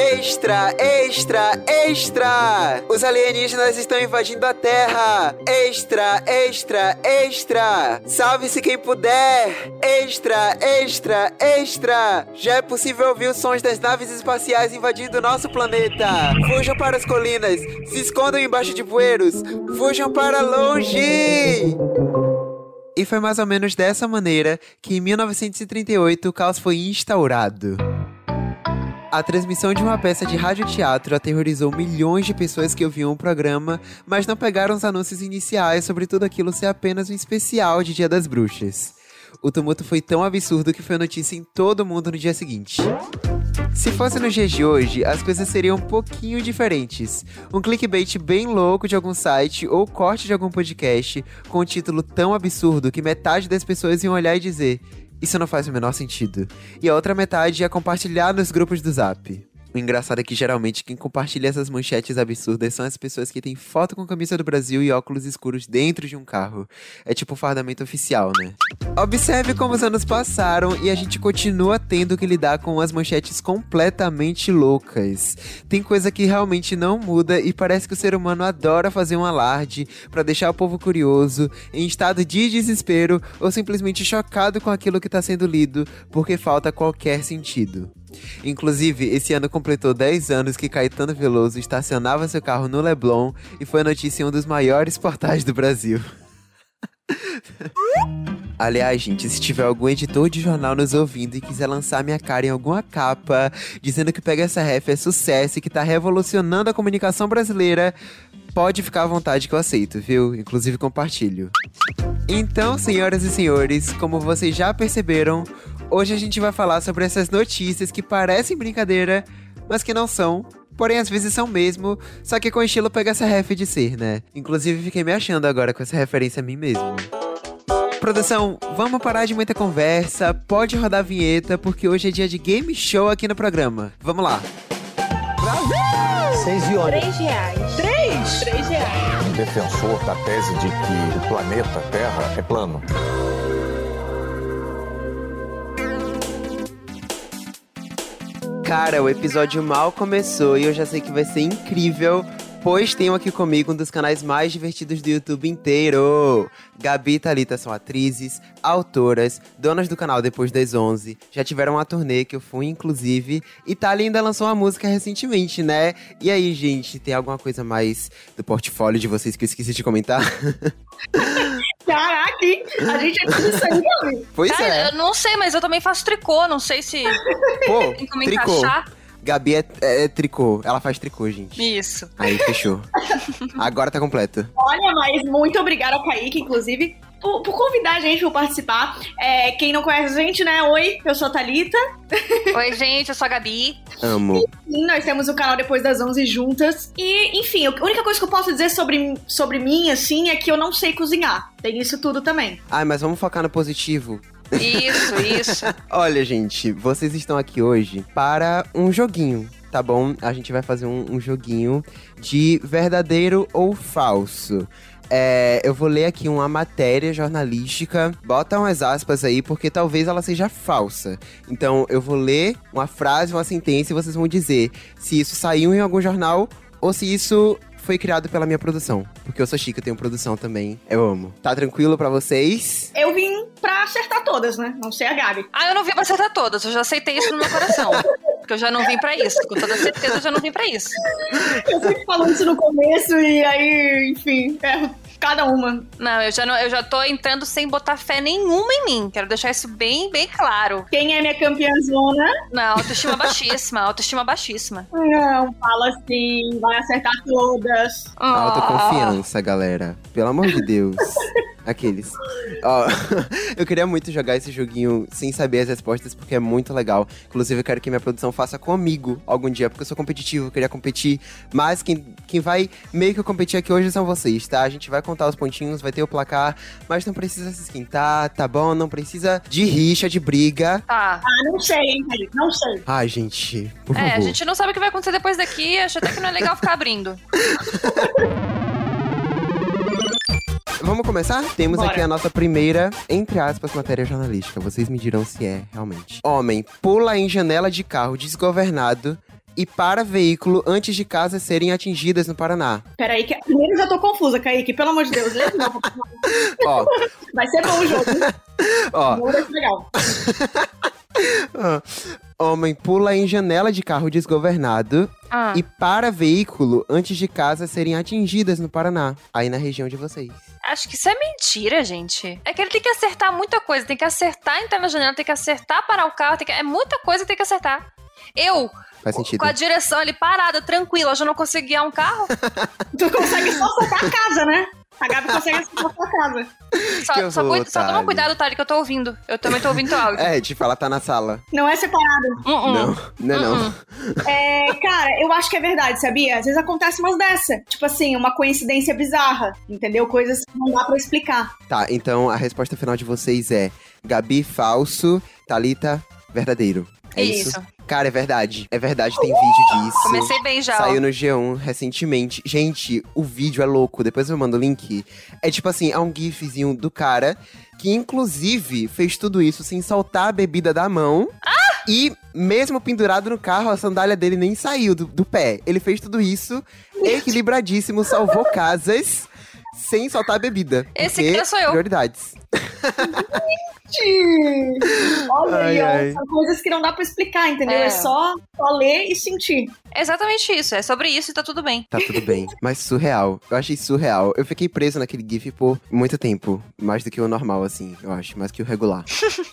Extra, extra, extra! Os alienígenas estão invadindo a Terra! Extra, extra, extra! Salve-se quem puder! Extra, extra, extra! Já é possível ouvir os sons das naves espaciais invadindo o nosso planeta! Fujam para as colinas! Se escondam embaixo de bueiros! Fujam para longe! E foi mais ou menos dessa maneira que em 1938 o caos foi instaurado. A transmissão de uma peça de radioteatro aterrorizou milhões de pessoas que ouviam o programa, mas não pegaram os anúncios iniciais sobre tudo aquilo ser apenas um especial de Dia das Bruxas. O tumulto foi tão absurdo que foi notícia em todo mundo no dia seguinte. Se fosse nos dias de hoje, as coisas seriam um pouquinho diferentes. Um clickbait bem louco de algum site ou corte de algum podcast com um título tão absurdo que metade das pessoas iam olhar e dizer: isso não faz o menor sentido. E a outra metade é compartilhar nos grupos do Zap. O engraçado é que geralmente quem compartilha essas manchetes absurdas são as pessoas que têm foto com camisa do Brasil e óculos escuros dentro de um carro. É tipo um fardamento oficial, né? Observe como os anos passaram e a gente continua tendo que lidar com as manchetes completamente loucas. Tem coisa que realmente não muda e parece que o ser humano adora fazer um alarde para deixar o povo curioso, em estado de desespero ou simplesmente chocado com aquilo que está sendo lido, porque falta qualquer sentido. Inclusive, esse ano completou 10 anos que Caetano Veloso estacionava seu carro no Leblon e foi notícia em um dos maiores portais do Brasil. Aliás, gente, se tiver algum editor de jornal nos ouvindo e quiser lançar minha cara em alguma capa, dizendo que Pega Essa Ref é sucesso e que tá revolucionando a comunicação brasileira, pode ficar à vontade que eu aceito, viu? Inclusive compartilho. Então, senhoras e senhores, como vocês já perceberam, hoje a gente vai falar sobre essas notícias que parecem brincadeira, mas que não são. Porém, às vezes são mesmo, só que com estilo pega essa ref de ser, né? Inclusive, fiquei me achando agora com essa referência a mim mesmo. Produção, vamos parar de muita conversa, pode rodar a vinheta, porque hoje é dia de game show aqui no programa. Vamos lá! Seis iones. Três reais. Três? Três reais. um defensor da tese de que o planeta Terra é plano. Cara, o episódio mal começou e eu já sei que vai ser incrível, pois tenho aqui comigo um dos canais mais divertidos do YouTube inteiro. Gabi e Thalita são atrizes, autoras, donas do canal Depois das 11, já tiveram uma turnê que eu fui, inclusive, e Thalia ainda lançou uma música recentemente, né? E aí, gente, tem alguma coisa mais do portfólio de vocês que eu esqueci de comentar? Caraca, hein? A gente é tudo isso aí, mano. pois Cara, é, eu não sei, mas eu também faço tricô, não sei se pô, tem como tricô. encaixar. Gabi é, é tricô, ela faz tricô, gente. Isso. Aí, fechou. Agora tá completo. Olha, mas muito obrigada ao Kaique, inclusive, por, por convidar a gente para participar. É, quem não conhece a gente, né? Oi, eu sou a Thalita. Oi, gente, eu sou a Gabi. Amo. Sim, nós temos o canal Depois das 11 juntas. E, enfim, a única coisa que eu posso dizer sobre, sobre mim, assim, é que eu não sei cozinhar. Tem isso tudo também. Ai, mas vamos focar no positivo. Isso, isso. Olha, gente, vocês estão aqui hoje para um joguinho, tá bom? A gente vai fazer um, um joguinho de verdadeiro ou falso. É, eu vou ler aqui uma matéria jornalística. Bota umas aspas aí, porque talvez ela seja falsa. Então, eu vou ler uma frase, uma sentença, e vocês vão dizer se isso saiu em algum jornal ou se isso foi criado pela minha produção. Porque eu sou chique, eu tenho produção também. Eu amo. Tá tranquilo pra vocês? Eu vim pra acertar todas, né? Não sei a Gabi. Ah, eu não vim pra acertar todas, eu já aceitei isso no meu coração. Porque eu já não vim pra isso. Com toda certeza eu já não vim pra isso. Eu sempre falo isso no começo e aí, enfim, erro cada uma. Não, eu já, não, eu já tô entrando sem botar fé nenhuma em mim. Quero deixar isso bem, bem claro. Quem é minha campeãzona? Na autoestima baixíssima, autoestima baixíssima. Não, fala assim, vai acertar todas. Ah. Autoconfiança, galera. Pelo amor de Deus. Aqueles. Ó, eu queria muito jogar esse joguinho sem saber as respostas, porque é muito legal. Inclusive, eu quero que minha produção faça comigo algum dia, porque eu sou competitivo, eu queria competir. Mas quem, quem vai meio que competir aqui hoje são vocês, tá? A gente vai contar os pontinhos, vai ter o placar, mas não precisa se esquentar, tá bom? Não precisa de rixa, de briga. Tá. Ah, não sei, hein, Felipe, não sei. Ai, gente, por favor. É, a gente não sabe o que vai acontecer depois daqui, acho até que não é legal ficar abrindo. Vamos começar? Temos Bora. aqui a nossa primeira, entre aspas, matéria jornalística. Vocês me dirão se é, realmente. Homem pula em janela de carro desgovernado e para veículo antes de casas serem atingidas no Paraná. Peraí, que primeiro eu já tô confusa, Kaique. Pelo amor de Deus, lê de novo. Ó, Vai ser bom o jogo. ó. Vamos ver se é legal. Ah. Homem pula em janela de carro desgovernado Ah, e para veículo antes de casas serem atingidas no Paraná, aí na região de vocês. Acho que isso é mentira, gente. É que ele tem que acertar muita coisa. Tem que acertar entrar na janela, tem que acertar parar o carro. Tem que... É muita coisa que tem que acertar. Eu, Faz sentido. com a direção ali parada, tranquila, eu já não consegui guiar um carro. Tu consegue só soltar a casa, né? A Gabi consegue acertar a sua casa. Só, Que só, horror, cuida- só Thales. toma cuidado, Tali, que eu tô ouvindo. Eu também tô ouvindo teu áudio. É, de falar tá na sala. Não é separado. Hum, hum. Não, não, é não. É, cara, eu acho que é verdade, sabia? Às vezes acontece umas dessa. Tipo assim, uma coincidência bizarra, entendeu? Coisas que não dá pra explicar. Tá, então a resposta final de vocês é Gabi falso, Talita verdadeiro. É isso. Isso. Cara, é verdade. É verdade, tem vídeo disso. Comecei bem já. ó. Saiu no G1 recentemente. Gente, o vídeo é louco. Depois eu mando o link. É tipo assim, é um gifzinho do cara que, inclusive, fez tudo isso sem soltar a bebida da mão. E mesmo pendurado no carro, a sandália dele nem saiu do, do pé. Ele fez tudo isso equilibradíssimo, salvou casas sem soltar a bebida. Esse Porque cara sou eu. Prioridades. Tchim! Olha Ai, aí, ó. ai. São coisas que não dá pra explicar, entendeu? É. É, só, só ler e sentir. É exatamente isso. É sobre isso e tá tudo bem. Tá tudo bem. Mas surreal. Eu achei surreal. Eu fiquei preso naquele GIF por muito tempo. Mais do que o normal, assim, eu acho. Mais que o regular.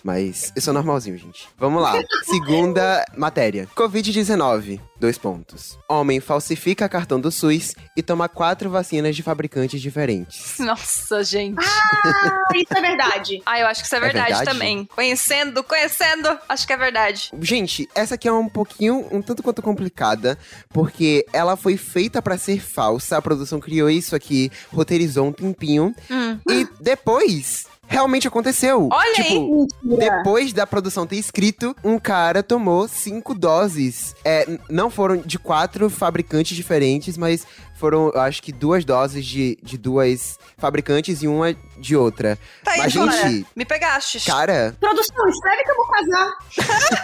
Mas eu sou normalzinho, gente. Vamos lá. Segunda matéria: Covid-19. Dois pontos. Homem falsifica cartão do SUS e toma quatro vacinas de fabricantes diferentes. Nossa, gente. Ah, isso é verdade. Ah, eu acho que isso é É verdade, verdade? também. Conhecendo, conhecendo, acho que é verdade. Gente, essa aqui é um pouquinho, um tanto quanto complicada, porque ela foi feita pra ser falsa. A produção criou isso aqui, roteirizou um tempinho. Hum. E depois, realmente aconteceu. Olha aí! tipo, Mentira. Depois da produção ter escrito, um cara tomou cinco doses. É, n- não foram de quatro fabricantes diferentes, mas foram, eu acho que duas doses de, de duas fabricantes e uma de outra. Tá aí, Mas, Jona, gente- Me pegastes. Cara, Produção, escreve que eu vou casar.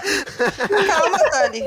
É. Calma, Tali.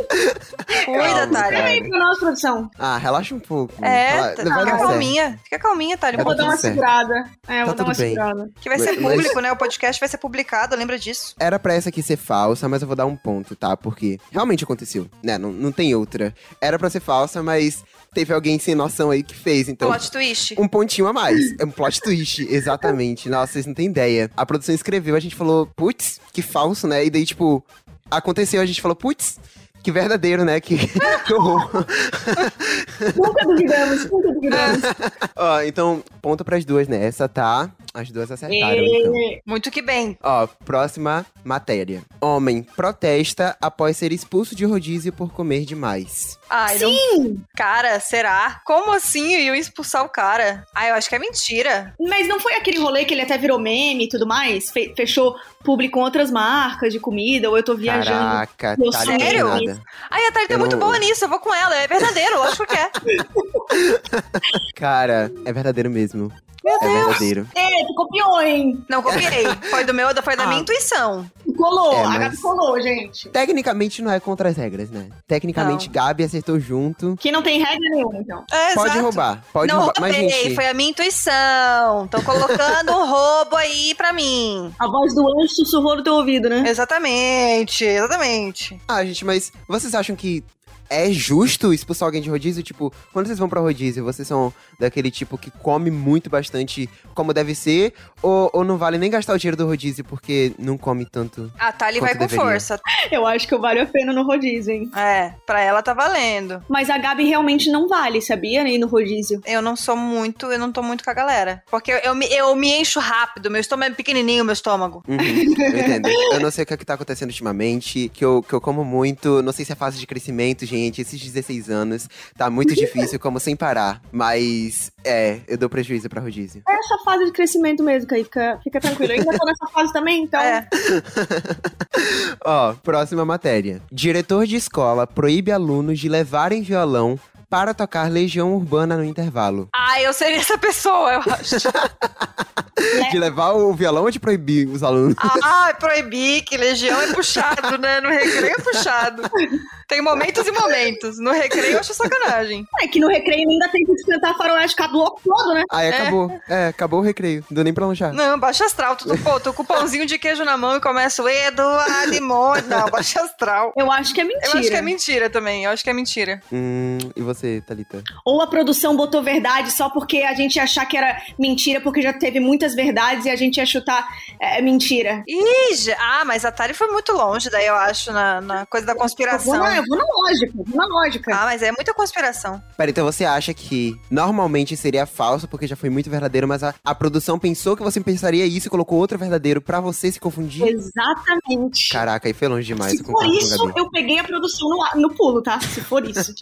Calma, Cuida, Tali. cara. Escreve aí pra nós, produção. ah, relaxa um pouco. É, Fala- tá- não vai fica dar certo. calminha. Fica calminha, Tali. Tá Eu vou dar tudo uma certo. segurada. É, eu vou Tá dar uma tudo bem. segurada. Que vai ser Mas- público, né? O podcast vai ser publicado, lembra disso? Era pra essa aqui ser falsa, mas eu vou dar um ponto, tá? Porque realmente aconteceu, né? Não, não tem outra. Era pra ser falsa, mas teve alguém sem noção aí que fez, então. Plot twist. Um pontinho a mais. É um plot twist, exatamente. Nossa, vocês não têm ideia. A produção escreveu, a gente falou, putz, que falso, né? E daí, tipo, aconteceu, a gente falou, putz, que verdadeiro, né? Que, que horror. Nunca duvidamos, nunca duvidamos. Ah, Ó, então, ponto pras duas, né? Essa tá. As duas É. acertaram, então. E... Muito que bem. Ó, próxima matéria. Homem protesta após ser expulso de rodízio por comer demais. Ai, Ah, não- Sim, Cara, será? Como assim iam expulsar o cara? Ah, eu acho que é mentira. então. mas não foi aquele rolê que ele até virou meme e tudo mais? Fe- fechou público com outras marcas de comida, ou eu tô viajando. Caraca, Meu tá sonho. nada. Ai, a Thalita é Eu muito não- boa nisso, eu vou com ela. É verdadeiro, lógico que é. Cara, é verdadeiro mesmo. é verdadeiro. Ei, tu copiou, hein? Não copiei. Foi do meu, foi da Ah. minha intuição. Tu colou, É, a mas- Gabi colou, gente. Tecnicamente não é contra as regras, né? Tecnicamente, Gabi acertou junto. Que não tem regra nenhuma, então. É, Pode exato. roubar, pode não roubar. Mas, roubei, gente, foi a minha intuição. Estão colocando um roubo aí pra mim. A voz do anjo sussurrou no teu ouvido, né? Exatamente, exatamente. ah, gente, mas vocês acham que é justo expulsar alguém de rodízio? Tipo, quando vocês vão pra rodízio, vocês são daquele tipo que come muito bastante como deve ser? Ou, ou não vale nem gastar o dinheiro do rodízio porque não come tanto? A Thali Quanto vai com deveria? força. Eu acho que eu vale a pena no rodízio, hein? É, pra ela tá valendo. Mas a Gabi realmente não vale, sabia? Nem no rodízio. Eu não sou muito, eu não tô muito com a galera. Porque eu, eu me, eu me encho rápido, meu estômago é pequenininho, meu estômago. Uhum, eu entendo. Eu não sei o que, é que tá acontecendo ultimamente, que eu, que eu como muito, não sei se é fase de crescimento, gente. Esses 16 anos, tá muito difícil, eu como sem parar. Mas, é, eu dou prejuízo pra rodízio. É essa fase de crescimento mesmo, Kaique. Fica, fica tranquilo. Eu ainda tô nessa fase também, então. É. Ó, próxima matéria. Diretor de escola proíbe alunos de levarem violão para tocar Legião Urbana no intervalo. Ah, eu seria essa pessoa, eu acho. De levar o violão ou de proibir os alunos? Ah, proibir que legião é puxado, né? No recreio é puxado. Tem momentos e momentos. No recreio eu acho sacanagem. É que no recreio ainda tem que esquentar a faroeste com a bloco todo, né? Aí acabou. É, acabou o recreio. Não deu nem pra lanchar. Não, baixa astral. Tu, tu- pô, tu com o pãozinho de queijo na mão e começa o Eduardo e Mon- Não, baixa astral. Eu acho que é mentira. Eu acho que é mentira também. Eu acho que é mentira. Hum, e você, Thalita? Ou a produção botou verdade só porque a gente ia achar que era mentira, porque já teve muitas verdades e a gente ia chutar é, mentira. Ih, já- ah, mas a Tari foi muito longe daí, eu acho, na, na coisa da Eu vou, conspiração. na, eu vou na lógica, eu vou na lógica. Ah, mas é muita conspiração. Pera, então você acha que normalmente seria falso, porque já foi muito verdadeiro, mas a, a produção pensou que você pensaria isso e colocou outro verdadeiro pra você se confundir? Exatamente. Caraca, aí foi longe demais. Se eu for concordo com a isso, Gabi. eu peguei a produção no, no pulo, tá? Se for isso.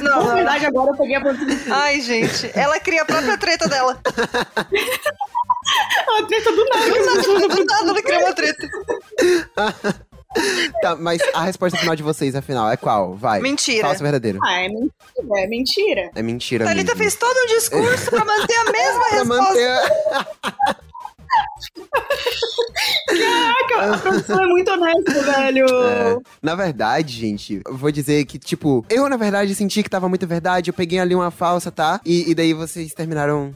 Não, Na não, não. verdade, agora eu peguei a produção. Ai, gente. Ela cria a própria treta dela. A treta do nada. Do nada, ela cria uma treta. Tá, mas a resposta final de vocês, afinal, é qual? Vai. Mentira. Falso ou verdadeiro? Ah, é mentira, é mentira. É mentira. Thalita mesmo. fez todo um discurso pra manter a mesma Pra resposta. manter a- Caraca, a produção é muito honesta, velho. É. Na verdade, gente, eu vou dizer que, tipo, eu na verdade senti que tava muito verdade, eu peguei ali uma falsa, tá? E, e daí vocês terminaram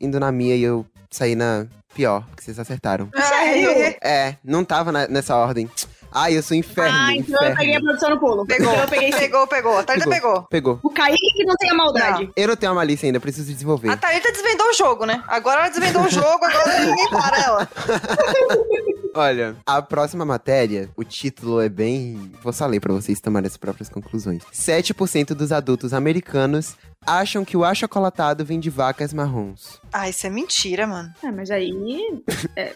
indo na minha e eu saí na pior, porque vocês acertaram. Ai, É, não tava na- nessa ordem. Ai, eu sou um inferno. ah, então eu inferno. peguei a produção no pulo. pegou, Então eu peguei sim. pegou, pegou. A Thalita pegou. Pegou. O Kaique que não tem a maldade. Eu não tenho a malícia ainda, eu preciso desenvolver. A Thalita desvendou o jogo, né? Agora ela desvendou o jogo, agora ninguém para ela. Olha, a próxima matéria, o título é bem. Vou só ler pra vocês tomarem as próprias conclusões. 7% dos adultos americanos acham que o achocolatado vem de vacas marrons. Ah, isso é mentira, mano. Ah, mas aí. É,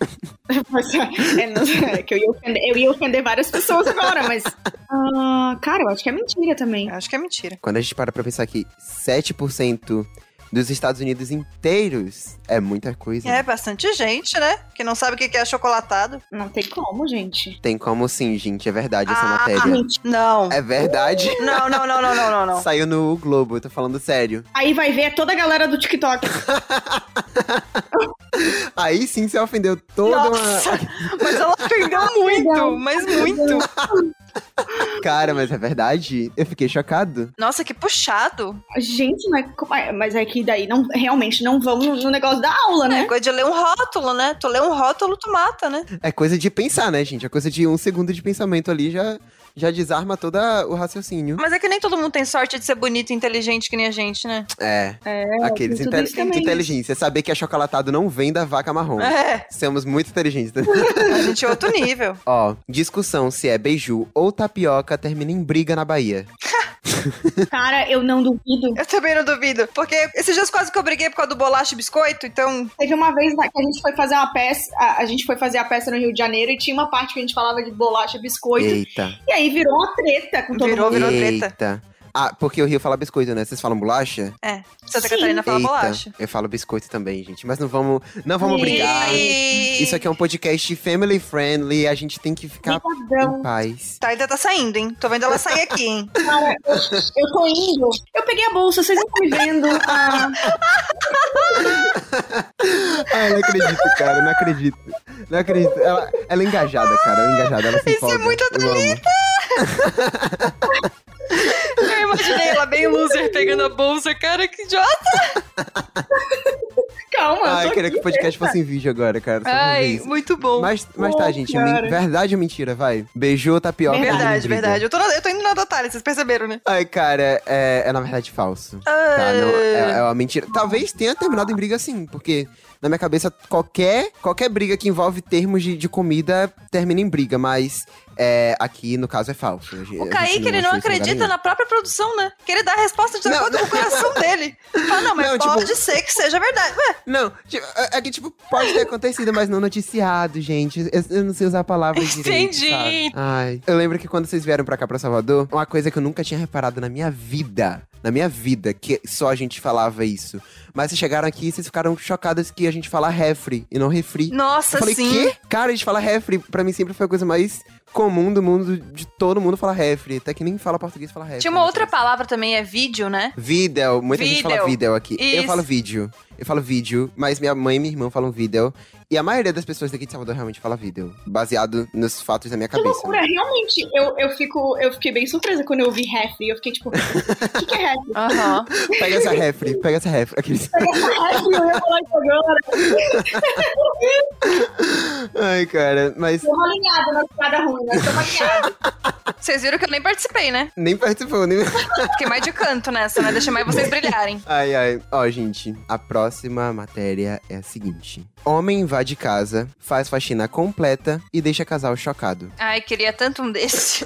mas, é, não, é que eu ia, ofender, eu ia ofender várias pessoas agora, mas. Ah, cara, eu acho que é mentira também. Eu acho que é mentira. Quando a gente para pra pensar que 7% dos Estados Unidos inteiros é muita coisa. É, bastante gente, né? Que não sabe o que que é chocolatado. Não tem como, gente. Tem como sim, gente, é verdade essa Ah, matéria. Gente, Não. É verdade. Não, não, não, não, não, não, não. Saiu no Globo, eu tô falando sério. Aí vai ver toda a galera do TikTok. Aí sim você ofendeu toda Nossa, mas ela ofendeu muito, mas muito. uma. Cara, mas é verdade? Eu fiquei chocado. Nossa, que puxado. Gente, mas, como é- mas é que daí não, realmente não vão no, no negócio da aula, É né? coisa de ler um rótulo, né? Tu lê um rótulo, tu mata, né? É coisa de pensar, né, gente? É coisa de um segundo de pensamento ali já, já desarma todo o raciocínio. Mas é que nem todo mundo tem sorte de ser bonito e inteligente que nem a gente, né? É. aqueles tem tudo inte- isso também. inteligência. Saber que achocolatado não vem da vaca marrom. É, Somos muito inteligentes. né? a gente é outro nível. Ó, discussão se é beiju ou tapioca termina em briga na Bahia. Cara, eu não duvido. Eu também não duvido. Porque esses dias quase que eu briguei por causa do bolacha e biscoito, então. Teve uma vez lá que a gente foi fazer uma peça, a, a gente foi fazer a peça no Rio de Janeiro e tinha uma parte que a gente falava de bolacha, biscoito, e, Eita. aí virou uma treta com todo Virou, mundo. virou treta. Eita. Ah, porque o Rio fala biscoito, né? Vocês falam bolacha? É. Santa Sim. Catarina fala Eita, bolacha. Eu falo biscoito também, gente. Mas não vamos, não vamos Ih. brigar. E... Isso aqui é um podcast family friendly. A gente tem que ficar Cidadão. em paz. Tá, ainda tá saindo, hein? Tô vendo ela sair aqui, hein? Cara, eu, eu tô indo. Eu peguei a bolsa, vocês não estão me vendo. Ah, Ah, eu não acredito, cara. eu Não acredito. Não acredito. Ela, ela é engajada, cara. Ela é engajada. Ela se Isso é empolga. muito Eu amo. Eu imaginei ela bem loser pegando a bolsa, cara, que idiota. calma, Ai, eu tô Ah, eu queria que aqui. o podcast fosse em vídeo agora, cara. só pra ver Ai, isso. muito bom. Mas, mas tá, Bom, gente. cara. men- Verdade ou mentira? Vai. Beijou tapioca. Verdade, termina em briga. verdade. Eu tô, na- eu tô indo na Dotália, vocês perceberam, né? Ai, cara, é, é na verdade falso. Ah, Tá, não, é, é uma mentira. Talvez tenha terminado em briga sim, porque na minha cabeça qualquer, qualquer briga que envolve termos de, de comida termina em briga, mas é, aqui no caso é falso. A gente- a O gente Kaique, achou ele não isso em lugar acredita nenhum. na própria produção, né? Que ele dá a resposta de Não, acordo com o coração dele. Fala, não, mas Não, tipo- pode ser que seja verdade. Ué, Não, tipo, é é que tipo, pode ter acontecido, mas não noticiado, gente. Eu, eu não sei usar a palavra direito, Entendi. sabe? Ai, eu lembro que quando vocês vieram pra cá, pra Salvador, uma coisa que eu nunca tinha reparado na minha vida, na minha vida, que só a gente falava isso. Mas vocês chegaram aqui e vocês ficaram chocadas que a gente fala refri e não refri. nossa, Eu falei, sim. quê? Cara, a gente fala refri. Pra mim sempre foi a coisa mais comum do mundo, de todo mundo falar refri. Até que nem fala português, fala refri. Tinha uma outra palavra também, é vídeo, né? Vídeo, muita gente fala Vídeo. vídeo aqui. Isso. Eu falo vídeo. Eu falo vídeo, mas minha mãe e minha irmã falam vídeo. E a maioria das pessoas daqui de Salvador realmente fala vídeo. Baseado nos fatos da minha Que cabeça. loucura, realmente, eu, eu, fico, eu fiquei bem surpresa quando eu vi refri. Eu fiquei tipo, o que, que é refri? Aham. Pega essa refri, pega essa refri. Aqueles... refri, eu ia falar isso agora. Ai, cara, mas Tô alinhada na piada ruim, né? Tô alinhada. Vocês viram que eu nem participei, né? nem participou, nem. Fiquei mais de canto nessa, né? Deixei mais vocês brilharem. Ai, ai. Ó, gente, a próxima matéria é a seguinte: Homem invade casa, faz faxina completa e deixa casal chocado. Ai, queria tanto um desse.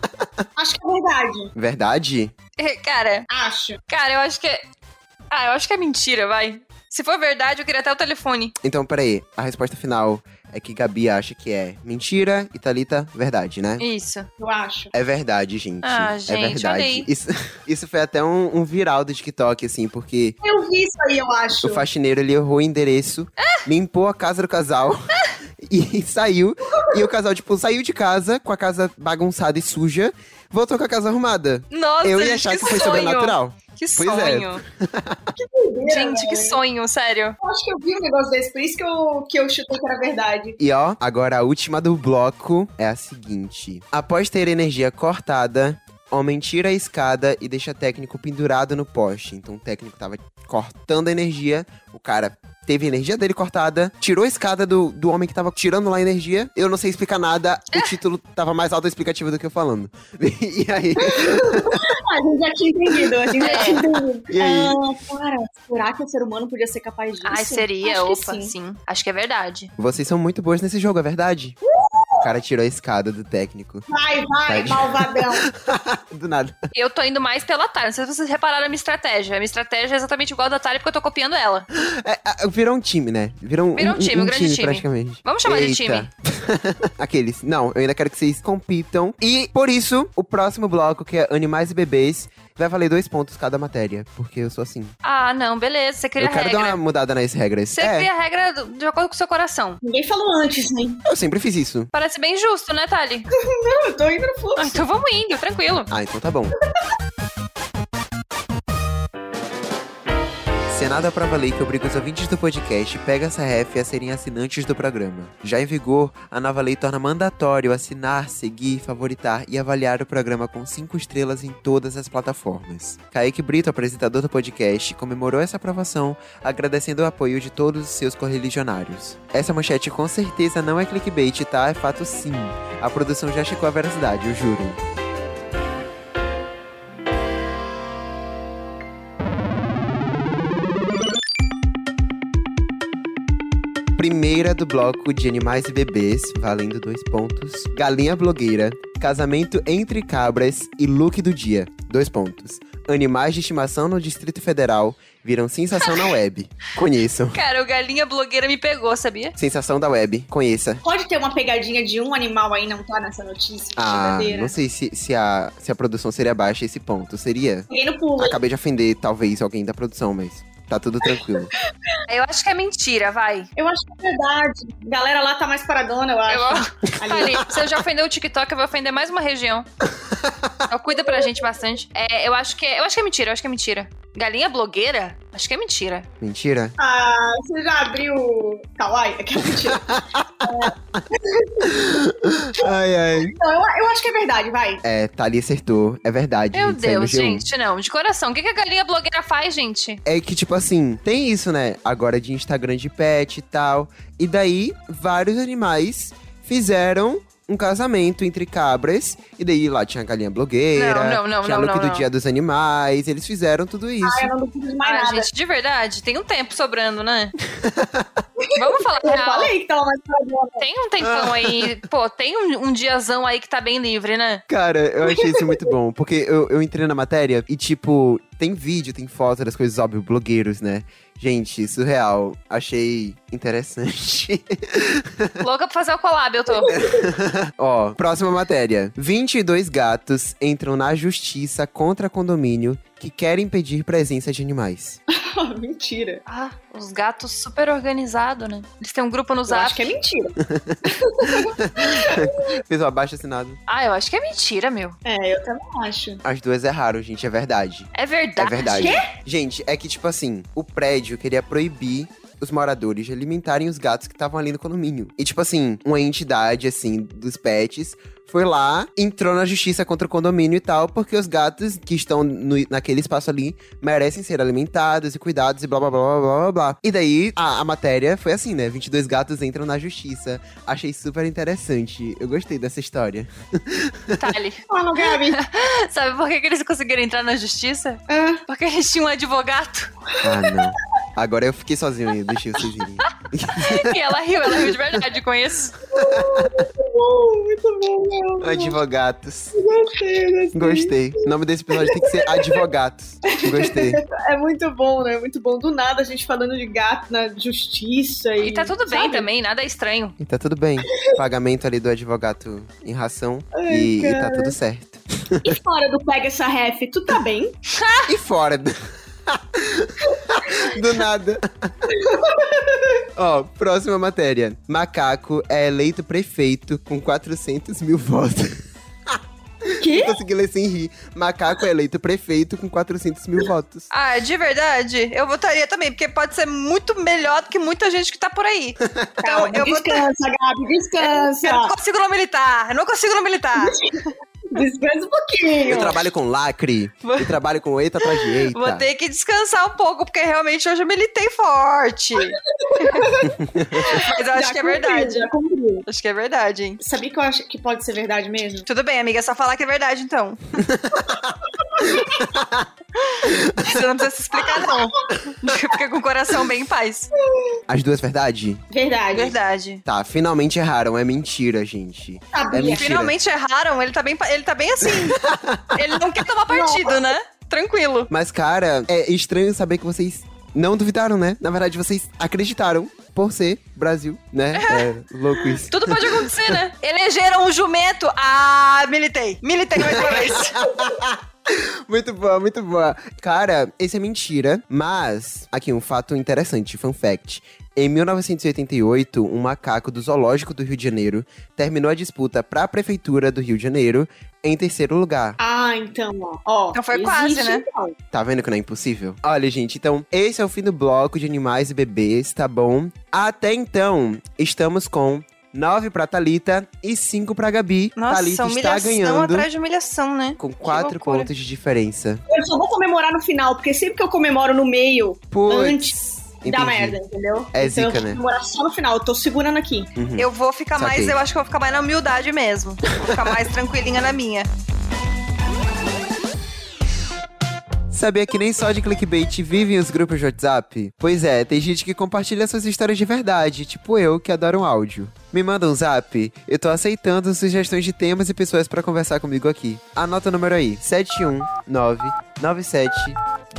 Acho que é verdade. Verdade? Cara, Acho. cara, eu acho que é. Ah, eu acho que é mentira, vai. Se for verdade, eu queria até o telefone. Então, peraí, a resposta final é que Gabi acha que é mentira e Thalita, verdade, né? Isso. Eu acho. É verdade, gente. Ah, é gente, verdade. olha aí. Isso, isso foi até um, um viral do TikTok, assim, porque Eu vi isso aí, eu acho. o faxineiro ele errou o endereço, limpou a casa do casal e saiu. E o casal, tipo, saiu de casa com a casa bagunçada e suja, voltou com a casa arrumada. Nossa, Eu ia gente, achar que, que, foi sonho. sobrenatural. Que Pois é. sonho. Que doideira, Gente, que velho. sonho, sério. Eu acho que eu vi um negócio desse, por isso que eu, que eu chutei que era verdade. E ó, agora a última do bloco é a seguinte: após ter energia cortada. Homem tira a escada e deixa técnico pendurado no poste. Então o técnico tava cortando a energia. O cara teve a energia dele cortada, tirou a escada do, do homem que tava tirando lá a energia. Eu não sei explicar nada. O título tava mais autoexplicativo do que eu falando. E aí, Ah, a gente já tinha entendido, a gente É. já tinha entendido. E aí? Ah, cara, será que o ser humano podia ser capaz disso? Ai, seria, Acho que opa, sim. sim. Acho que é verdade. vocês são muito boas nesse jogo, é verdade? O cara tirou a escada do técnico. Vai, vai, Vai. malvadão. do nada. Eu tô indo mais pela Atari. Não sei se vocês repararam a minha estratégia. A minha estratégia é exatamente igual a da Atari, porque eu tô copiando ela. É, ah, virou um time, né? Virou um, Virou um time, um grande time. praticamente. Vamos chamar de time. Aqueles. Não, eu ainda quero que vocês compitam. E, por isso, o próximo bloco, que é Animais e Bebês, vai valer dois pontos cada matéria. Porque eu sou assim. Ah, não, beleza. Você cria eu quero regra. dar uma mudada nas regras. Você é, cria a regra do- de acordo com o seu coração. Ninguém falou antes, né? eu sempre fiz isso. Parece bem justo, né, Thali? Não, eu tô indo no Ah, fluxo. então vamos indo, tranquilo. Ah, então tá bom. Senado aprova lei que obriga os ouvintes do podcast Pega essa Ref a serem assinantes do programa. Já em vigor, a nova lei torna mandatório assinar, seguir, favoritar e avaliar o programa com cinco estrelas em todas as plataformas. Kaique Brito, apresentador do podcast, comemorou essa aprovação agradecendo o apoio de todos os seus correligionários. Essa manchete com certeza não é clickbait, tá? É fato sim. A produção já checou a veracidade, eu juro. Primeira do bloco de animais e bebês, valendo dois pontos. Galinha blogueira, casamento entre cabras e look do dia, dois pontos. Animais de estimação no Distrito Federal viram sensação na web. Conheçam. Cara, o galinha blogueira me pegou, sabia? Sensação da web, conheça. Pode ter uma pegadinha de um animal aí não tá nessa notícia? Ah, verdadeira. não sei se, se, a, se a produção seria baixa esse ponto. Seria? Ninguém no pulo. Acabei de ofender, talvez, alguém da produção, mas tá tudo tranquilo. Eu acho que é mentira, vai. Eu acho que é verdade. A galera lá tá mais paradona, eu Eu... acho. Ali. Thali, se eu já ofender o TikTok, eu vou ofender mais uma região. Então cuida pra gente bastante. É, eu acho que é, eu acho que é mentira, eu acho que é mentira. Galinha blogueira? Acho que é mentira. Mentira? Ah, você já abriu o Kawaii? Aquela mentira. Ai, ai. Não, eu, eu acho que é verdade, vai. É, Thali acertou. É verdade. Meu gente, saiu no Deus, G1. gente, não. De coração, o que, que a galinha blogueira faz, gente? É que, tipo assim, tem isso, né? Agora de Instagram de pet e tal. E daí, vários animais fizeram um casamento entre cabras. E daí lá tinha a galinha blogueira. Não, não, não, tinha a não, look não, do não. dia dos animais. Eles fizeram tudo isso. Ah, eu não duvido de mais Ah, nada. gente, de verdade, tem um tempo sobrando, né? Vamos falar Eu real. falei que tava mais paradona. Tem um tempão aí, pô, tem um, um diazão aí que tá bem livre, né? Cara, eu achei isso muito bom. Porque eu, eu entrei na matéria e, tipo, tem vídeo, tem foto das coisas, óbvio, blogueiros, né? Gente, surreal. Achei interessante. Louca pra fazer o collab, eu tô. Ó, próxima matéria. 22 gatos entram na justiça contra condomínio que quer impedir presença de animais. mentira. Ah, os gatos super organizados, né? Eles têm um grupo no Eu acho Zap. que é mentira. Fez o abaixo assinado. Ah, eu acho que é mentira, meu. É, eu também acho. As duas erraram, gente, é verdade. É É verdade. verdade. Gente, é que, tipo assim, o prédio queria proibir os moradores de alimentarem os gatos que estavam ali no condomínio. E, tipo assim, uma entidade, assim, dos pets foi lá, entrou na justiça contra o condomínio e tal, porque os gatos que estão no- naquele espaço ali merecem ser alimentados e cuidados e blá blá blá blá blá blá. blá. E daí a, a matéria foi assim, né? 22 gatos entram na justiça. Achei super interessante. Eu gostei dessa história. Tali, Fala, Ah, Gabi. sabe por que, que eles conseguiram entrar na justiça? É. Ah, Porque eles tinham um advogado. Ah, não. Agora eu fiquei sozinho aí, deixa vocês irem. E ela riu, ela riu de verdade com isso. bom, muito bom, meu. Advogatos. Gostei, gostei. Gostei. O nome desse episódio tem que ser Advogatos. Gostei. É muito bom, né? Muito bom. Do nada a gente falando de gato na justiça e. E tá tudo bem sabe? também, nada é estranho. E tá tudo bem. Pagamento ali do advogado em ração. Ai, e, e tá tudo certo. E fora do Pega essa ref, tu tá bem? E fora. Do, do nada. Ó, próxima matéria. Macaco é eleito prefeito com 400 mil votos. Que? Consegui ler sem rir. Macaco é eleito prefeito com 400 mil votos. Ah, de verdade, eu votaria também, porque pode ser muito melhor do que muita gente que tá por aí. Então, eu votaria. descansa, Gabi, Eu não descansa. consigo não militar, eu não consigo não militar. Descansa um Eu pouquinho. trabalho com lacre. Eu trabalho com eita atrás de eita. Vou ter que descansar um pouco, porque realmente hoje eu militei forte. Mas eu acho Já que cumpri, é verdade. Já cumpri. Acho que é verdade, hein? Sabia que eu acho que pode ser verdade mesmo? Tudo bem, amiga, é só falar que é verdade, então. Você não precisa se explicar, não. Fica com o coração bem em paz. É As duas verdade? Verdade. Verdade. Tá, finalmente erraram. É mentira, gente. É Sabia. mentira. Finalmente erraram, ele tá bem, ele tá bem assim. ele não quer tomar partido, né? Tranquilo. Mas, cara, é estranho saber que vocês não duvidaram, né? Na verdade, vocês acreditaram por ser Brasil, né? É louco isso. Tudo pode acontecer, né? Elegeram o jumento. Ah, militei. Militei mais uma vez. Muito boa, muito boa. Cara, esse é mentira, mas aqui um fato interessante, fun fact. Em 1988, um macaco do zoológico do Rio de Janeiro terminou a disputa para a prefeitura do Rio de Janeiro em terceiro lugar. Ah, então, ó. ó Então foi quase, existe, né? então. Tá vendo que não é impossível? Olha, gente, então esse é o fim do bloco de animais e bebês, tá bom? Até então, estamos com 9 pra Thalita e 5 pra Gabi. Thalita Nossa, está humilhação ganhando atrás de humilhação, né? com 4 loucura. pontos de diferença. Eu só vou comemorar no final, porque sempre que eu comemoro no meio, Putz, dá entendi. merda, entendeu? É então eu zica, vou né? comemorar só no final. Eu tô segurando aqui. Uhum. Eu vou ficar Saquei. mais, eu acho que eu vou ficar mais na humildade mesmo. Vou ficar mais tranquilinha na minha. Sabia que nem só de clickbait vivem os grupos de WhatsApp? Pois é, tem gente que compartilha suas histórias de verdade, tipo eu, que adoro um áudio. Me manda um zap, eu tô aceitando sugestões de temas e pessoas pra conversar comigo aqui. Anota o número aí: 719 97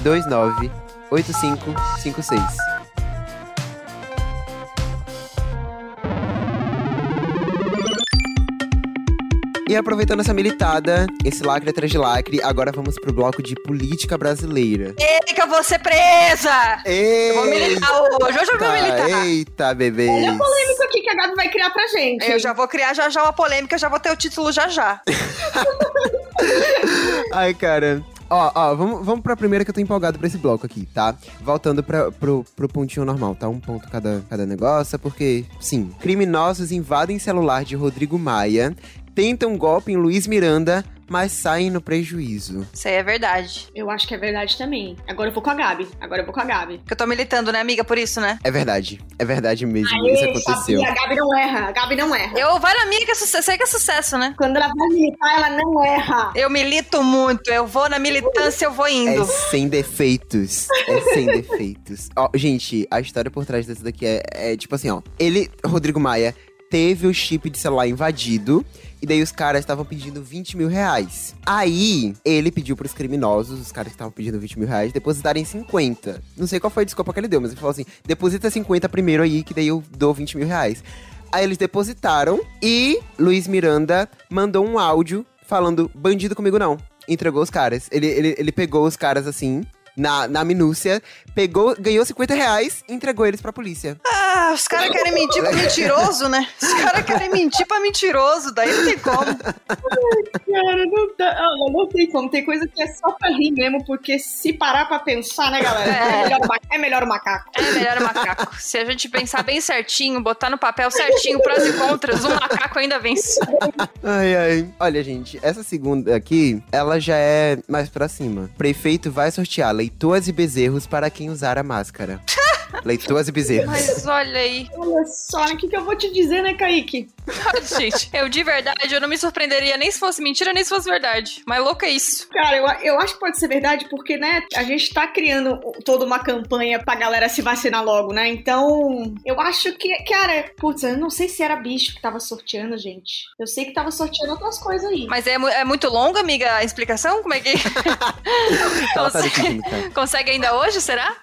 29 8556. E aproveitando essa militada, esse lacre atrás de lacre, agora vamos pro bloco de política brasileira. Ei, que eu vou ser presa! Eu vou Eita, militar hoje, hoje eu vou militar. eita, bebês. Olha a polêmica aqui que a Gabi vai criar pra gente. Eu já vou criar já já uma polêmica, já vou ter o título já já. Ai, cara. Ó, ó, vamos, vamos pra primeira que eu tô empolgado pra esse bloco aqui, tá? Voltando pra, pro, pro pontinho normal, tá? Um ponto cada, cada negócio, porque, sim. Criminosos invadem celular de Rodrigo Maia, tentam golpe em Luiz Miranda, mas saem no prejuízo. Isso aí é verdade. Eu acho que é verdade também. Agora eu vou com a Gabi. Agora eu vou com a Gabi. Porque eu tô militando, né, amiga, por isso, né? É verdade, é verdade mesmo, isso aconteceu. sabia, a Gabi não erra. A Gabi não erra. Eu vai na minha que é sucesso, sei que é sucesso, né? Quando ela vai militar, ela não erra. Eu milito muito, eu vou na militância, eu vou É indo. sem defeitos. É sem defeitos. Ó, gente, a história por trás dessa daqui é, é tipo assim, ó. Ele, Rodrigo Maia, teve o chip de celular invadido. E daí os caras estavam pedindo 20 mil reais. Aí, ele pediu pros criminosos, os caras que estavam pedindo 20 mil reais, depositarem 50. Não sei qual foi a desculpa que ele deu, mas ele falou assim, deposita 50 primeiro aí, que daí eu dou 20 mil reais. Aí eles depositaram e Luiz Miranda mandou um áudio falando, bandido comigo não. entregou os caras. Ele, ele, ele pegou os caras assim, na, na minúcia, pegou, ganhou 50 reais e entregou eles pra polícia. Ah, os caras querem mentir pra mentiroso, né? Os caras querem mentir pra mentiroso, daí não tem como. Cara, não dá. Olha, não tem como. Tem coisa que é só pra rir mesmo, porque se parar pra pensar, né, galera? É, É. melhor, o ma- é melhor o macaco. É melhor o macaco. Se a gente pensar bem certinho, botar no papel certinho prós e contras, o macaco ainda vence. Ai, ai. Olha, gente, essa segunda aqui, ela já é mais pra cima. Prefeito vai sortear leitoas e bezerros para quem usar a máscara. leitoas e bezerros. Mas olha aí. Olha só, o que, que eu vou te dizer, né, Kaique? Olha, gente, eu de verdade, eu não me surpreenderia nem se fosse mentira, nem se fosse verdade. Mas louco é isso. Cara, eu, eu acho que pode ser verdade, porque, né, a gente tá criando toda uma campanha pra galera se vacinar logo, né? Então, eu acho que, cara, putz, eu não sei se era bicho que tava sorteando, gente. Eu sei que tava sorteando outras coisas aí. Mas é, mu- é muito longa, amiga, a explicação? Como é que. Ela tá consegue, decidindo, tá? consegue ainda hoje, será?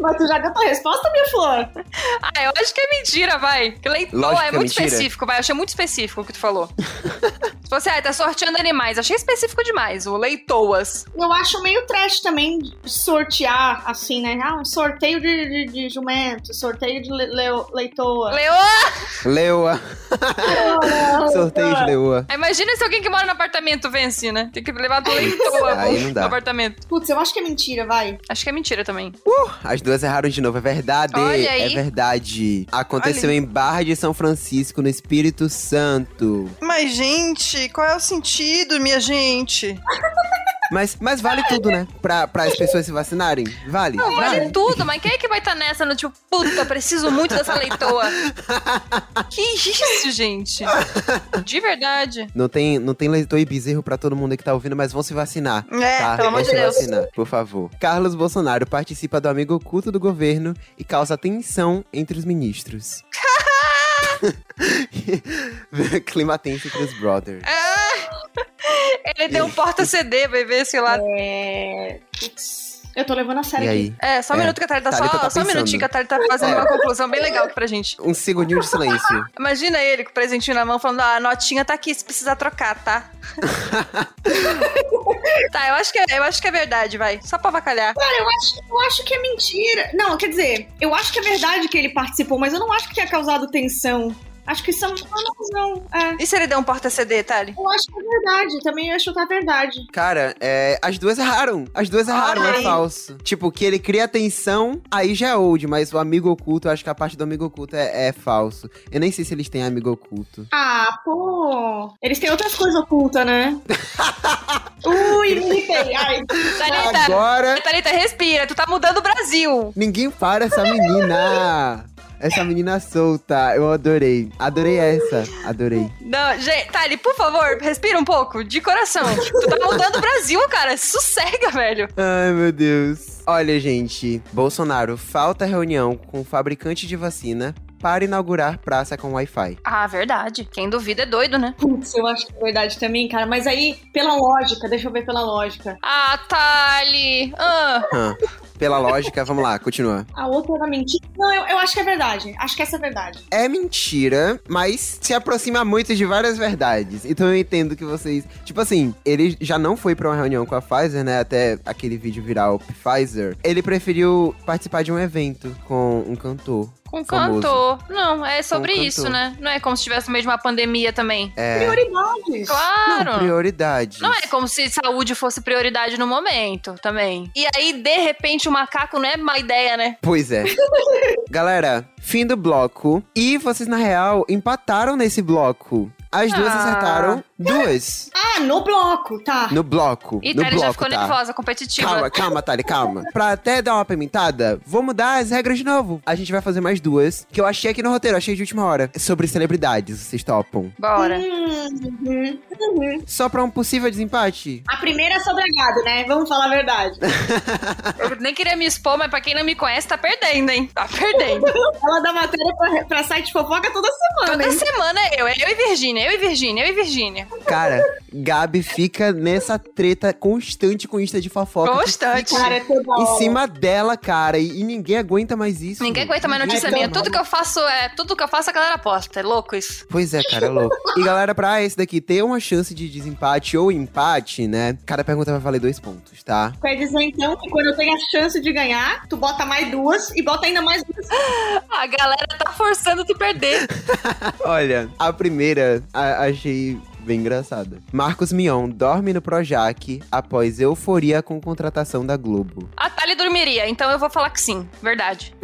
Mas tu já deu tua resposta, minha flor? Ah, eu acho que é mentira, vai. Que Leitor Lógico que é é muito mentira. específico, vai. Eu achei muito específico o que tu falou. se fosse, ah, tá sorteando animais. Achei específico demais. O leitoas. Eu acho meio trash também sortear, assim, né? Ah, um sorteio de, de, de jumento, sorteio de le, leo- leitoa. Ah, Leoa! Leoa. Sorteio de leoa. Imagina se alguém que mora no apartamento vence, né? Tem que levar do leitoa Aí não pro dá. apartamento. Putz, eu acho que é mentira, vai. Acho que é mentira também. As duas erraram de novo, é verdade. Olha É aí. verdade. Aconteceu em Barra de São Francisco, no Espírito Santo. Mas, gente, qual é o sentido, minha gente? Mas, mas vale tudo, né? Pra, pra as pessoas se vacinarem. Vale? Vale tudo, mas quem é que vai estar nessa no tipo, puta, preciso muito dessa leitoa? que isso, gente? De verdade. Não tem, não tem leitor e bezerro pra todo mundo aí que tá ouvindo, mas vão se vacinar. É, tá? pelo amor Vão de se Deus. vacinar, por favor. Carlos Bolsonaro participa do amigo oculto do governo e causa tensão entre os ministros. Clima tenso entre os brothers. É. Ele deu um porta-CD, bebê, sei lá. É. Putz. Eu tô levando a sério E aqui. aí? É, só um É. minuto que a Thalita, tá Thalita só, tá só um pensando. É. minutinho que a Thalita tá fazendo uma conclusão bem legal aqui pra gente. Um segundinho de silêncio. Imagina ele com o presentinho na mão falando, ah, a notinha tá aqui, se precisar trocar, tá? tá, eu acho, que é, eu acho que é verdade, vai. Só pra avacalhar. Cara, eu acho, eu acho que é mentira. Não, quer dizer, eu acho que é verdade que ele participou, mas eu não acho que tenha causado tensão. Acho que isso é uma ilusão. É. E se ele der um porta-CD, Thali? Eu acho que é verdade, também acho que tá verdade. Cara, é, as duas erraram. As duas erraram, Ai. é falso. Tipo, que ele cria tensão, aí já é old, mas o amigo oculto, eu acho que a parte do amigo oculto é, é falso. Eu nem sei se eles têm amigo oculto. Ah, pô. Eles têm outras coisas ocultas, né? Ui, me irritei. Ai, Thalita, Agora, Thalita, respira, tu tá mudando o Brasil. ninguém para essa menina. Essa menina solta, eu adorei. Adorei essa, adorei. Não, gente, Thali, por favor, respira um pouco, de coração. Tu tá mudando o Brasil, cara, sossega, velho. Ai, meu Deus. Olha, gente, Bolsonaro, falta reunião com o fabricante de vacina para inaugurar praça com Wi-Fi. Ah, verdade. Quem duvida é doido, né? putz, eu acho que é verdade também, cara. Mas aí, pela lógica, deixa eu ver pela lógica. Ah, Thali. Ah, Hã. Pela lógica, vamos lá, continua. A outra era mentira. Não, eu, eu acho que é verdade. Acho que essa é verdade. é mentira, mas se aproxima muito de várias verdades. Então eu entendo que vocês. Tipo assim, ele já não foi pra uma reunião com a Pfizer, né? Até aquele vídeo viral Pfizer. Ele preferiu participar de um evento com um cantor. com Famoso. cantor. Não, é sobre Com isso, cantor. né? Não é como se tivesse no meio de uma pandemia também. É. Prioridades. Claro. Não, prioridade. Não é como se saúde fosse prioridade no momento também. E aí, de repente, o macaco não é má ideia, né? Pois é. Galera, fim do bloco. E vocês, na real, empataram nesse bloco. As duas Ah. acertaram duas Ah, no bloco, tá. no bloco. E no Thalita bloco, Então já ficou tá? nervosa, competitiva. Calma, calma, Thali, calma. Pra até dar uma pimentada, vou mudar as regras de novo. A gente vai fazer mais duas, que eu achei aqui no roteiro, achei de última hora. Sobre celebridades, vocês topam. Bora. Hum, uhum, uhum. Só pra um possível desempate? A primeira é sobre gado, né? Vamos falar a verdade. Eu nem queria me expor, mas pra quem não me conhece, tá perdendo, hein? Tá perdendo. Ela dá matéria pra, pra site fofoca toda semana. Toda hein? semana é eu, é eu e Virgínia, eu e Virgínia, eu e Virgínia. Cara, Gabi fica nessa treta constante com Insta de fofoca. Constante. Cara, é toda Em hora. cima dela, cara. E, e ninguém aguenta mais isso. Ninguém aguenta mais notícia Então- minha. tá Tudo que eu faço é. Tudo que eu faço a galera aposta. É louco isso. Pois é, cara, é louco. E galera, pra esse daqui ter uma chance de desempate ou empate, né? Cada pergunta vai valer dois pontos, tá? Quer dizer, então, que quando eu tenho a chance de ganhar, tu bota mais duas e bota ainda mais duas. A galera tá forçando tu perder. Olha, a primeira a- achei bem engraçada. Marcos Mion dorme no Projac após euforia com contratação da Globo. A Thalie dormiria, então eu vou falar que sim. Verdade.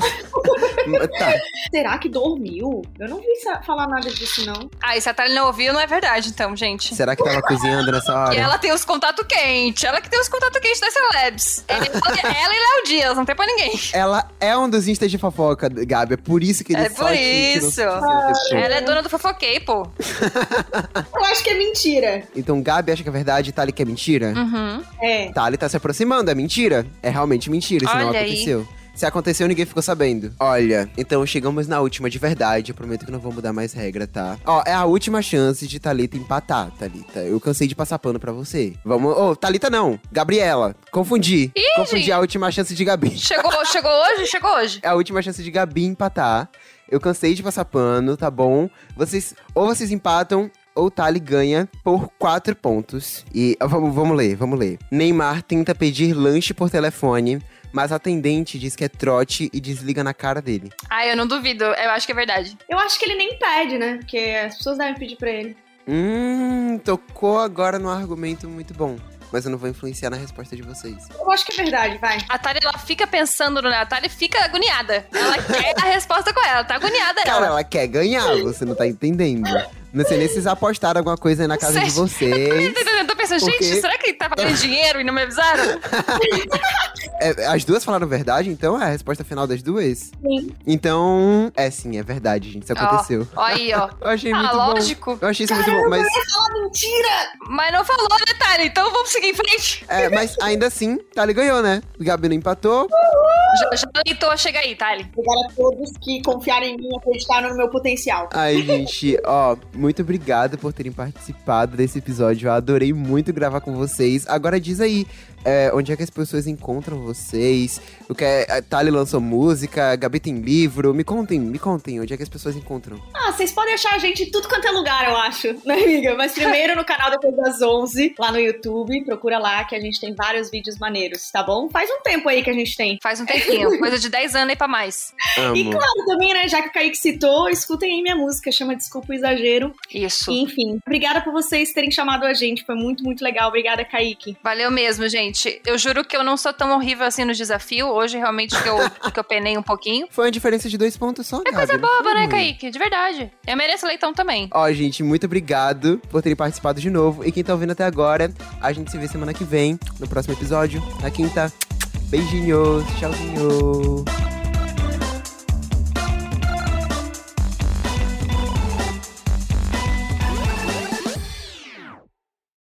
tá, Será que dormiu? Eu não vi sa- falar nada disso, não. Ah, e se a Thalie não ouviu, não é verdade, então, gente. será que tava cozinhando nessa hora? E ela tem os contatos quentes. Ela que tem os contatos quentes da Celebs. Ela, é ela e Léo Dias, não tem pra ninguém. Ela é um dos instas de fofoca, Gabi. É por isso que ele É só por te- te- te- isso. te- te- te- Ela é dona do fofoquei, pô. Eu acho que é mentira. Então, Gabi acha que é verdade e Thali que é mentira? Uhum. É. Tali tá se aproximando, é mentira. É realmente mentira, isso não Olha aí. aconteceu. Se aconteceu, ninguém ficou sabendo. Olha, então chegamos na última de verdade. Eu prometo que não vou mudar mais regra, tá? Ó, é a última chance de Thalita empatar, Thalita. Eu cansei de passar pano pra você. Vamos. Ô, Thalita não. Gabriela. Confundi. Confundi gente. a última chance de Gabi. Chegou, chegou hoje? Chegou hoje. É a última chance de Gabi empatar. Eu cansei de passar pano, tá bom? Vocês. Ou vocês empatam. Ou Tali ganha por 4 pontos. E ó, vamos, vamos ler, vamos ler. Neymar tenta pedir lanche por telefone, mas a atendente diz que é trote e desliga na cara dele. Ah, eu não duvido. Eu acho que é verdade. Eu acho que ele nem pede, né? Porque as pessoas devem pedir pra ele. Hum, tocou agora num argumento muito bom. Mas eu não vou influenciar na resposta de vocês. Eu acho que é verdade, vai. A Thalia, ela fica pensando no Léo. A Thalia fica agoniada. Ela quer a resposta com ela. Tá agoniada Cara, ela. ela quer ganhar, você não tá entendendo. Não sei nem se vocês apostaram alguma coisa aí na casa de vocês. Eu tô pensando, gente, é Porque- será que tá pagando dinheiro e não me avisaram? É, as duas falaram verdade, então é a resposta final das duas? Sim. Então, é sim, é verdade, gente. Isso aconteceu. Ó, aí, ó. Eu achei Ah, É muito lógico. bom. Eu achei isso muito bom, mas, É Mentira! Mas não falou, né, Thalia? Então vamos seguir em frente. é, mas ainda assim, Thali ganhou, né? O Gabi não empatou. Já, já deitou, chega aí, Thalia. Obrigada a todos que confiaram em mim e acreditaram no meu potencial. Ai, gente, ó, muito obrigado por terem participado desse episódio. Eu adorei muito gravar com vocês. Agora diz aí, é, onde é que as pessoas encontram vocês? O que é, a Thali lançou música, a Gabi tem livro. Me contem, me contem, onde é que as pessoas encontram? Ah, vocês podem achar a gente em tudo quanto é lugar, eu acho, né, amiga? Mas primeiro no canal Depois das 11, lá no YouTube. Procura lá que a gente tem vários vídeos maneiros, tá bom? Faz um tempo aí que a gente tem. Faz um tempinho, coisa de 10 anos aí pra mais. E Amo. claro também, né, já que o Kaique citou, escutem aí minha música, chama Desculpa o Exagero. Isso. E, enfim, obrigada por vocês terem chamado a gente, foi muito, muito legal. Obrigada, Kaique. Valeu mesmo, gente. Eu juro que eu não sou tão horrível assim no desafio. Hoje, realmente, que eu, que eu penei um pouquinho. Foi uma diferença de dois pontos só, É Gabi. coisa não Ah, foi boba, né, ruim. Kaique? De verdade. Eu mereço leitão também. Ó, gente, muito obrigado por terem participado de novo. E quem tá ouvindo até agora, a gente se vê semana que vem, no próximo episódio, na quinta. Beijinhos, tchauzinho.